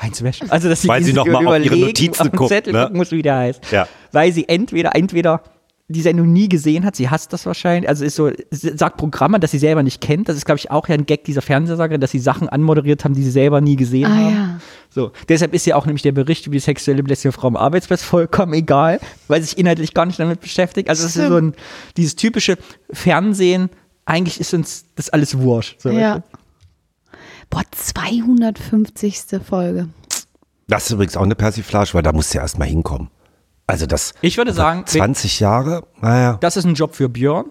Speaker 5: Heinz Wäsch. Also, dass sie,
Speaker 1: Weil sie
Speaker 5: sich
Speaker 1: noch mal auf ihre
Speaker 5: überlegen,
Speaker 1: Notizen
Speaker 5: auf den
Speaker 1: guckt,
Speaker 5: Zettel
Speaker 1: ne?
Speaker 5: gucken muss, wie der heißt.
Speaker 1: Ja.
Speaker 5: Weil sie entweder, entweder die Sendung nie gesehen hat, sie hasst das wahrscheinlich, also ist so, sie sagt Programme, das sie selber nicht kennt. Das ist, glaube ich, auch ja ein Gag dieser Fernsehsagerin, dass sie Sachen anmoderiert haben, die sie selber nie gesehen
Speaker 6: Ah,
Speaker 5: haben.
Speaker 6: ja.
Speaker 5: So, deshalb ist ja auch nämlich der Bericht über die sexuelle Belästigung von Frauen am Arbeitsplatz vollkommen egal, weil sich inhaltlich gar nicht damit beschäftigt. Also es ist so ein, dieses typische Fernsehen, eigentlich ist uns das alles wurscht. So, weißt
Speaker 6: Ja.
Speaker 5: du?
Speaker 6: Boah, 250. Folge.
Speaker 1: Das ist übrigens auch eine Persiflage, weil da musst du ja erstmal hinkommen. Also das.
Speaker 5: Ich würde sagen,
Speaker 1: 20 Jahre, naja.
Speaker 5: das ist ein Job für Björn.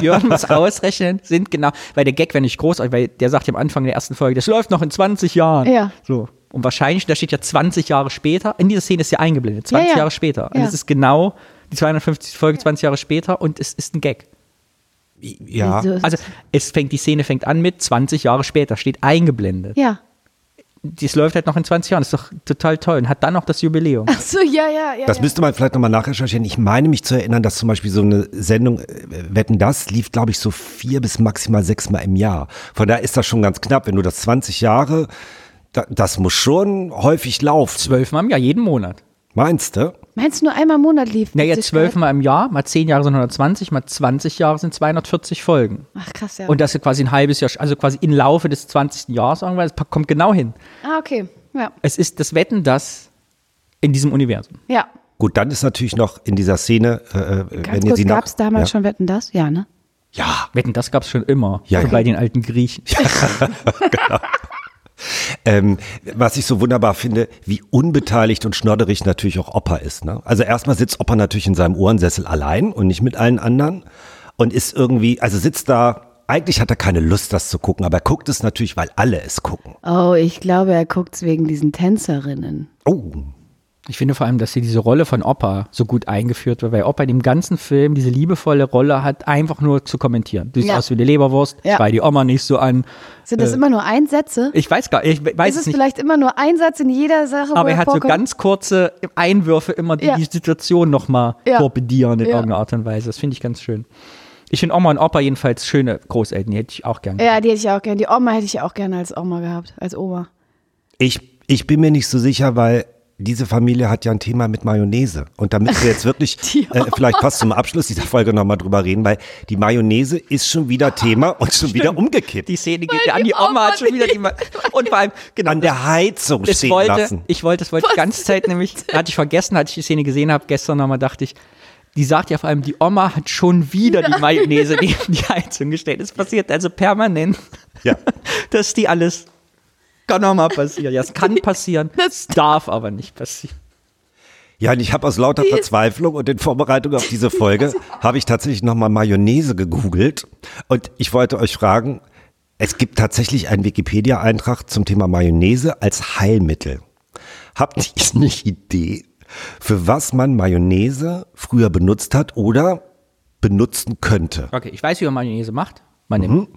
Speaker 5: Björn muss ausrechnen, sind genau, weil der Gag wäre nicht groß, weil der sagt ja am Anfang der ersten Folge, das läuft noch in 20 Jahren.
Speaker 6: Ja.
Speaker 5: So. Und wahrscheinlich, da steht ja 20 Jahre später, in dieser Szene ist ja eingeblendet, 20
Speaker 6: Ja, ja.
Speaker 5: Jahre später. Und
Speaker 6: Ja.
Speaker 5: es ist genau die 250. Folge 20 Jahre später und es ist ein Gag.
Speaker 1: Ja.
Speaker 6: Also-
Speaker 5: Also es fängt, die Szene fängt an mit 20 Jahre später, steht eingeblendet.
Speaker 6: Ja.
Speaker 5: Das läuft halt noch in 20 Jahren, das ist doch total toll und hat dann noch das Jubiläum.
Speaker 6: Ach so, ja, ja, ja.
Speaker 1: Das
Speaker 6: ja.
Speaker 1: müsste man vielleicht nochmal nachrecherchieren. Ich meine mich zu erinnern, dass zum Beispiel so eine Sendung, äh, Wetten das, lief, glaube ich, so vier bis maximal sechs Mal im Jahr. Von daher ist das schon ganz knapp. Wenn du das 20 Jahre, da, das muss schon häufig laufen.
Speaker 5: Zwölfmal im Jahr, jeden Monat.
Speaker 1: Meinst du?
Speaker 6: Meinst du, nur einmal im Monat lief?
Speaker 5: Naja,
Speaker 6: Witzigkeit?
Speaker 5: zwölfmal im Jahr, mal 10 Jahre sind 120, mal 20 Jahre sind 240 Folgen.
Speaker 6: Ach krass, ja.
Speaker 5: Und das ist quasi ein halbes Jahr, also quasi im Laufe des 20. Jahres irgendwann, das kommt genau hin.
Speaker 6: ah, okay. Ja.
Speaker 5: Es ist das Wetten, das in diesem Universum.
Speaker 6: ja.
Speaker 1: Gut, dann ist natürlich noch in dieser Szene, äh,
Speaker 6: Ganz
Speaker 1: wenn ihr
Speaker 6: kurz,
Speaker 1: sie
Speaker 6: gab es
Speaker 1: nach,
Speaker 6: damals
Speaker 1: ja?
Speaker 6: schon Wetten das? Ja, ne?
Speaker 1: Ja,
Speaker 5: Wetten, das gab es schon immer,
Speaker 1: Ja,
Speaker 5: schon
Speaker 1: ja.
Speaker 5: bei den alten Griechen.
Speaker 1: Ähm, was ich so wunderbar finde, wie unbeteiligt und schnodderig natürlich auch Opa ist. Ne? Also erstmal sitzt Opa natürlich in seinem Ohrensessel allein und nicht mit allen anderen und ist irgendwie, also sitzt da, eigentlich hat er keine Lust, das zu gucken, aber er guckt es natürlich, weil alle es gucken.
Speaker 6: Oh, ich glaube, er guckt's wegen diesen Tänzerinnen.
Speaker 1: Oh,
Speaker 5: Ich finde vor allem, dass hier diese Rolle von Opa so gut eingeführt wird, weil Opa in dem ganzen Film diese liebevolle Rolle hat, einfach nur zu kommentieren. Du siehst
Speaker 6: Ja.
Speaker 5: aus wie eine Leberwurst,
Speaker 6: Ja.
Speaker 5: schrei die Oma nicht so an.
Speaker 6: Sind das immer nur ein Sätze?
Speaker 5: Ich weiß gar Äh. ich weiß
Speaker 6: ist es
Speaker 5: es nicht.
Speaker 6: vielleicht immer nur ein Satz in jeder Sache, wo
Speaker 5: Aber er hat so
Speaker 6: vorkommt?
Speaker 5: ganz kurze Einwürfe immer, die
Speaker 6: Ja.
Speaker 5: die Situation nochmal
Speaker 6: Ja.
Speaker 5: torpedieren in
Speaker 6: Ja.
Speaker 5: irgendeiner Art und Weise. Das finde ich ganz schön. Ich finde Oma und Opa jedenfalls schöne Großeltern, die hätte ich auch gerne.
Speaker 6: Ja, die hätte ich auch gerne. Die Oma hätte ich auch gerne als Oma gehabt, als Oma.
Speaker 1: ich, ich bin mir nicht so sicher, weil diese Familie hat ja ein Thema mit Mayonnaise. Und da müssen wir jetzt wirklich äh, vielleicht fast zum Abschluss dieser Folge nochmal drüber reden, weil die Mayonnaise ist schon wieder Thema und schon wieder umgekippt.
Speaker 5: Die Szene geht ja an, die Oma hat schon wieder die. Ma- Und vor allem, genau,
Speaker 1: An der Heizung
Speaker 5: das
Speaker 1: stehen
Speaker 5: wollte,
Speaker 1: lassen.
Speaker 5: ich wollte, das wollte die ganze Zeit nämlich, hatte ich vergessen, hatte ich die Szene gesehen habe, gestern nochmal dachte ich, die sagt ja vor allem, die Oma hat schon wieder die Mayonnaise neben die Heizung gestellt. Es passiert also permanent,
Speaker 1: Ja.
Speaker 5: dass die alles kann nochmal passieren. Ja, es kann passieren, es darf aber nicht passieren.
Speaker 1: Ja, und ich habe aus lauter Verzweiflung und in Vorbereitung auf diese Folge
Speaker 6: Also.
Speaker 1: habe ich tatsächlich nochmal Mayonnaise gegoogelt. Und ich wollte euch fragen, es gibt tatsächlich einen Wikipedia-Eintrag zum Thema Mayonnaise als Heilmittel. Habt ihr eine Idee, für was man Mayonnaise früher benutzt hat oder benutzen könnte?
Speaker 5: Okay, ich weiß, wie man Mayonnaise macht. Man nimmt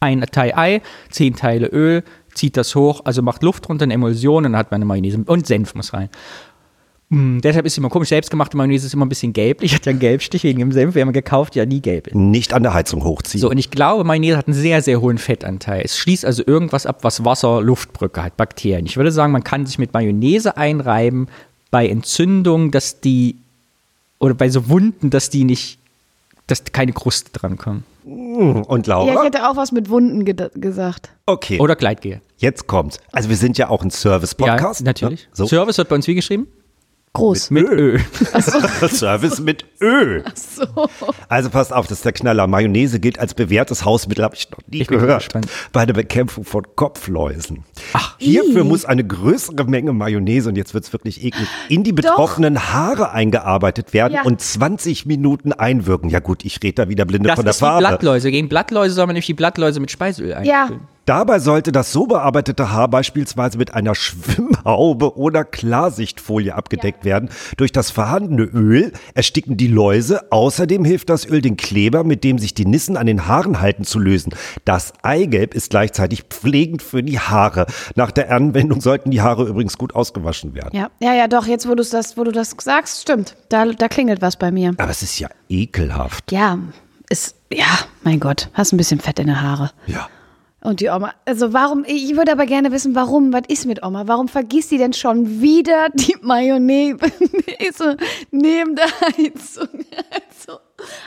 Speaker 5: ein Teil Ei, zehn Teile Öl, zieht das hoch, also macht Luft runter, eine Emulsion und dann hat man eine Mayonnaise. Und Senf muss rein. Mm, deshalb ist sie immer komisch. Selbstgemachte Mayonnaise ist immer ein bisschen gelblich. Hat ja einen Gelbstich wegen dem Senf. Wir haben gekauft, ja nie gelb. ist.
Speaker 1: Nicht an der Heizung hochziehen.
Speaker 5: So, und ich glaube, Mayonnaise hat einen sehr, sehr hohen Fettanteil. Es schließt also irgendwas ab, was Wasser, Luftbrücke hat, Bakterien. Ich würde sagen, man kann sich mit Mayonnaise einreiben bei Entzündungen, dass die, oder bei so Wunden, dass die nicht, dass keine Kruste dran kommt.
Speaker 1: Und Laura?
Speaker 6: Ja, ich hätte auch was mit Wunden ge gesagt.
Speaker 1: okay,
Speaker 5: Oder Gleitgel.
Speaker 1: jetzt kommt's. Also wir sind ja auch ein Service-Podcast.
Speaker 5: ja, natürlich.
Speaker 1: Ne? So.
Speaker 5: Service wird bei uns wie geschrieben?
Speaker 6: Groß.
Speaker 5: Mit Ö.
Speaker 1: Service mit Ö. Also passt auf, das ist der Knaller. Mayonnaise gilt als bewährtes Hausmittel, habe ich noch nie
Speaker 5: Ich bin
Speaker 1: gehört,
Speaker 5: gespannt.
Speaker 1: bei der Bekämpfung von Kopfläusen. Hierfür muss eine größere Menge Mayonnaise, und jetzt wird's wirklich eklig, in die betroffenen Haare eingearbeitet werden
Speaker 6: Ja.
Speaker 1: und 20 Minuten einwirken. Ja gut, ich rede da wieder blinde
Speaker 5: Das
Speaker 1: von der
Speaker 5: ist wie
Speaker 1: Farbe.
Speaker 5: Blattläuse. Gegen Blattläuse soll man nämlich die Blattläuse mit Speiseöl
Speaker 6: Ja,
Speaker 5: einfüllen.
Speaker 1: Dabei sollte das so bearbeitete Haar beispielsweise mit einer Schwimmhaube oder Klarsichtfolie abgedeckt werden. Durch das vorhandene Öl ersticken die Läuse. Außerdem hilft das Öl, den Kleber, mit dem sich die Nissen an den Haaren halten, zu lösen. Das Eigelb ist gleichzeitig pflegend für die Haare. Nach der Anwendung sollten die Haare übrigens gut ausgewaschen werden.
Speaker 6: ja, ja, ja, doch, jetzt wo, du's das, wo du das sagst, stimmt. Da, da klingelt was bei mir.
Speaker 1: Aber es ist ja ekelhaft.
Speaker 6: Ja, ist, ja, mein Gott, hast ein bisschen Fett in den Haare.
Speaker 1: Ja.
Speaker 6: Und die Oma, also warum, ich würde aber gerne wissen, warum, was ist mit Oma? Warum vergisst die denn schon wieder die Mayonnaise neben der Heizung? Also,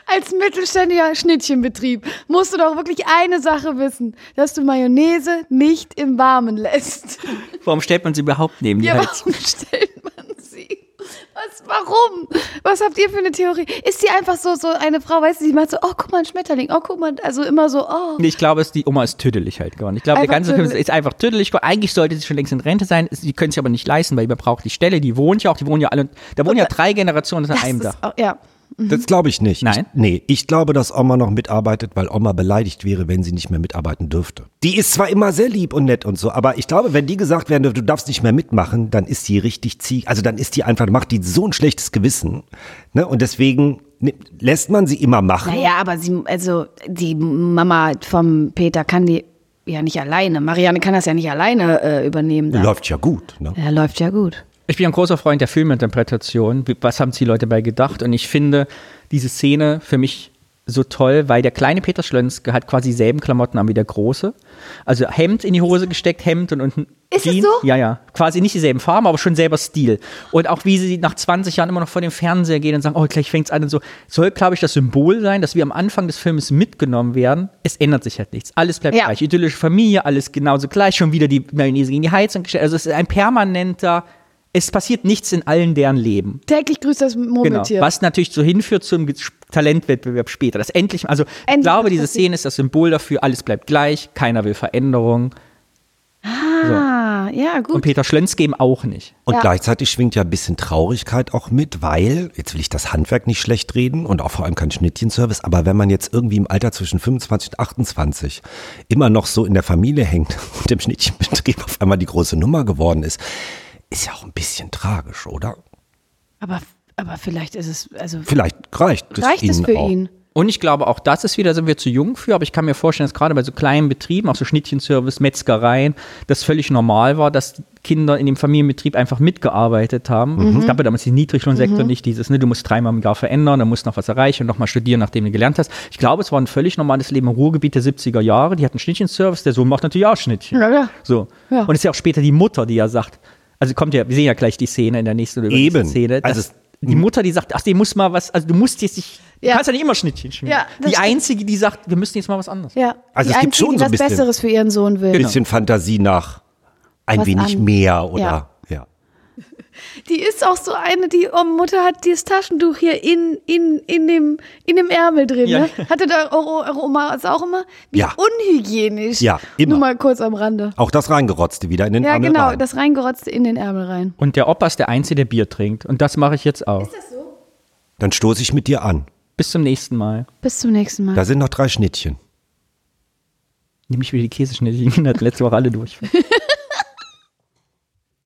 Speaker 6: als mittelständiger Schnittchenbetrieb musst du doch wirklich eine Sache wissen, dass du Mayonnaise nicht im Warmen lässt.
Speaker 5: Warum stellt man sie überhaupt neben die
Speaker 6: Ja,
Speaker 1: halt.
Speaker 5: Heizung?
Speaker 6: warum stellt man sie? Was, warum? Was habt ihr für eine Theorie? Ist sie einfach so, so eine Frau, weißt du, die macht so, oh, guck mal, ein Schmetterling, oh, guck mal, also immer so, oh.
Speaker 5: Nee, Ich glaube, es, die Oma ist tüdelig halt geworden. Ich glaube, der
Speaker 6: Einfach
Speaker 5: ganze Film ist,
Speaker 6: tüdelig.
Speaker 5: ist einfach tüdelig geworden. Eigentlich sollte sie schon längst in Rente sein. Sie können es sich aber nicht leisten, weil man braucht die Stelle. Die wohnt ja auch, die wohnen ja alle. Da wohnen ja drei Generationen an
Speaker 6: Das
Speaker 5: einem
Speaker 6: ist
Speaker 5: Dach.
Speaker 6: auch- Ja.
Speaker 1: Das glaube ich nicht.
Speaker 5: Nein?
Speaker 1: Ich, nee, ich glaube, dass Oma noch mitarbeitet, weil Oma beleidigt wäre, wenn sie nicht mehr mitarbeiten dürfte. Die ist zwar immer sehr lieb und nett und so, aber ich glaube, wenn die gesagt werden, dürfte, du darfst nicht mehr mitmachen, dann ist die richtig zieh. Also dann ist die einfach, macht die so ein schlechtes Gewissen. Ne? Und deswegen ne, lässt man sie immer machen.
Speaker 6: Naja, aber sie, also die Mama vom Peter kann die ja nicht alleine. Marianne kann das ja nicht alleine äh, übernehmen. da.
Speaker 1: Läuft ja gut. Ne?
Speaker 6: Ja, läuft ja gut.
Speaker 5: Ich bin ein großer Freund der Filminterpretation. Wie- Was haben die Leute dabei gedacht? Und ich finde diese Szene für mich so toll, weil der kleine Peter Schlönske hat quasi dieselben Klamotten an wie der große. Also Hemd in die Hose gesteckt, Hemd und unten
Speaker 6: Ist es
Speaker 5: Jeans.
Speaker 6: so?
Speaker 5: Ja, ja. Quasi nicht dieselben Farben, aber schon selber Stil. Und auch wie sie nach 20 Jahren immer noch vor dem Fernseher gehen und sagen, oh, gleich fängt's an und so. Soll, glaube ich, das Symbol sein, dass wir am Anfang des Filmes mitgenommen werden. Es ändert sich halt nichts. Alles bleibt
Speaker 6: Ja.
Speaker 5: gleich. Idyllische Familie, alles genauso gleich. Schon wieder die Mayonnaise gegen die Heizung gestellt. Also es ist ein permanenter, es passiert nichts in allen deren Leben.
Speaker 6: Täglich grüßt das
Speaker 5: Genau.
Speaker 6: Murmeltier.
Speaker 5: Was natürlich so hinführt zum Ge- Talentwettbewerb später. Das endlich, also ich
Speaker 6: Endlich
Speaker 5: glaube,
Speaker 6: was
Speaker 5: diese
Speaker 6: passiert.
Speaker 5: Szene ist das Symbol dafür, alles bleibt gleich, keiner will Veränderung.
Speaker 1: Genau.
Speaker 6: Ah, ja,
Speaker 5: Und
Speaker 6: gut.
Speaker 5: Peter Schlönz eben auch nicht.
Speaker 1: Und
Speaker 6: Ja.
Speaker 1: gleichzeitig schwingt ja ein bisschen Traurigkeit auch mit, weil, jetzt will ich das Handwerk nicht schlecht reden und auch vor allem kein Schnittchenservice, aber wenn man jetzt irgendwie im Alter zwischen 25 und 28 immer noch so in der Familie hängt und im Schnittchenbetrieb auf einmal die große Nummer geworden ist, ist ja auch ein bisschen tragisch, oder?
Speaker 6: Aber, aber vielleicht ist es, also
Speaker 1: Vielleicht reicht es
Speaker 6: reicht es
Speaker 1: Ihnen
Speaker 6: für
Speaker 1: auch.
Speaker 6: ihn.
Speaker 5: Und ich glaube, auch das ist wieder, da sind wir zu jung für, aber ich kann mir vorstellen, dass gerade bei so kleinen Betrieben, auch so Schnittchenservice, Metzgereien, das völlig normal war, dass Kinder in dem Familienbetrieb einfach mitgearbeitet haben. Es gab ja damals den Niedriglohnsektor nicht dieses, ne, du musst dreimal im Jahr verändern, dann musst du noch was erreichen und nochmal studieren, nachdem du gelernt hast. Ich glaube, es war ein völlig normales Leben im Ruhrgebiet der 70er Jahre. Die hatten Schnittchenservice, der Sohn macht natürlich auch Schnittchen.
Speaker 6: Ja, ja.
Speaker 5: So.
Speaker 6: Ja.
Speaker 5: Und es ist ja auch später die Mutter, die ja sagt, also kommt ja, wir sehen ja gleich die Szene in der nächsten oder übernächsten
Speaker 1: Eben.
Speaker 5: Szene. dass
Speaker 1: Also es-
Speaker 5: die Mutter, die sagt, ach, die muss mal was, also du musst jetzt nicht, du
Speaker 6: Ja.
Speaker 5: kannst ja nicht immer Schnittchen schmieren.
Speaker 6: Ja, das
Speaker 5: die
Speaker 6: stimmt.
Speaker 5: einzige, die sagt, wir müssen jetzt mal was anderes.
Speaker 6: Ja.
Speaker 1: Also
Speaker 6: die
Speaker 1: es gibt
Speaker 6: Einzige,
Speaker 1: schon
Speaker 6: die
Speaker 1: so ein
Speaker 6: was
Speaker 1: bisschen- Genau.
Speaker 6: Besseres für ihren Sohn will.
Speaker 1: Bisschen Fantasie nach ein
Speaker 6: Was
Speaker 1: wenig
Speaker 6: an-
Speaker 1: mehr oder
Speaker 6: Ja.
Speaker 1: ja.
Speaker 6: Die ist auch so eine, die oh, Mutter hat dieses Taschentuch hier in, in, in, dem, in dem Ärmel drin.
Speaker 5: Ja.
Speaker 6: Ne? Hatte da eure, eure Oma das auch immer? Wie
Speaker 1: Ja.
Speaker 6: unhygienisch.
Speaker 1: Ja, immer.
Speaker 6: Nur mal kurz am Rande.
Speaker 1: Auch das reingerotzte wieder in den
Speaker 6: Ja,
Speaker 1: Ärmel
Speaker 6: genau,
Speaker 1: rein.
Speaker 6: das reingerotzte in den Ärmel rein.
Speaker 5: Und der Opa ist der Einzige, der Bier trinkt. Und das mache ich jetzt auch.
Speaker 1: Dann stoße ich mit dir an.
Speaker 5: Bis zum nächsten Mal.
Speaker 6: Bis zum nächsten Mal.
Speaker 1: Da sind noch drei Schnittchen.
Speaker 5: Nimm ich wieder die Käseschnittchen, die letzte Woche alle durch.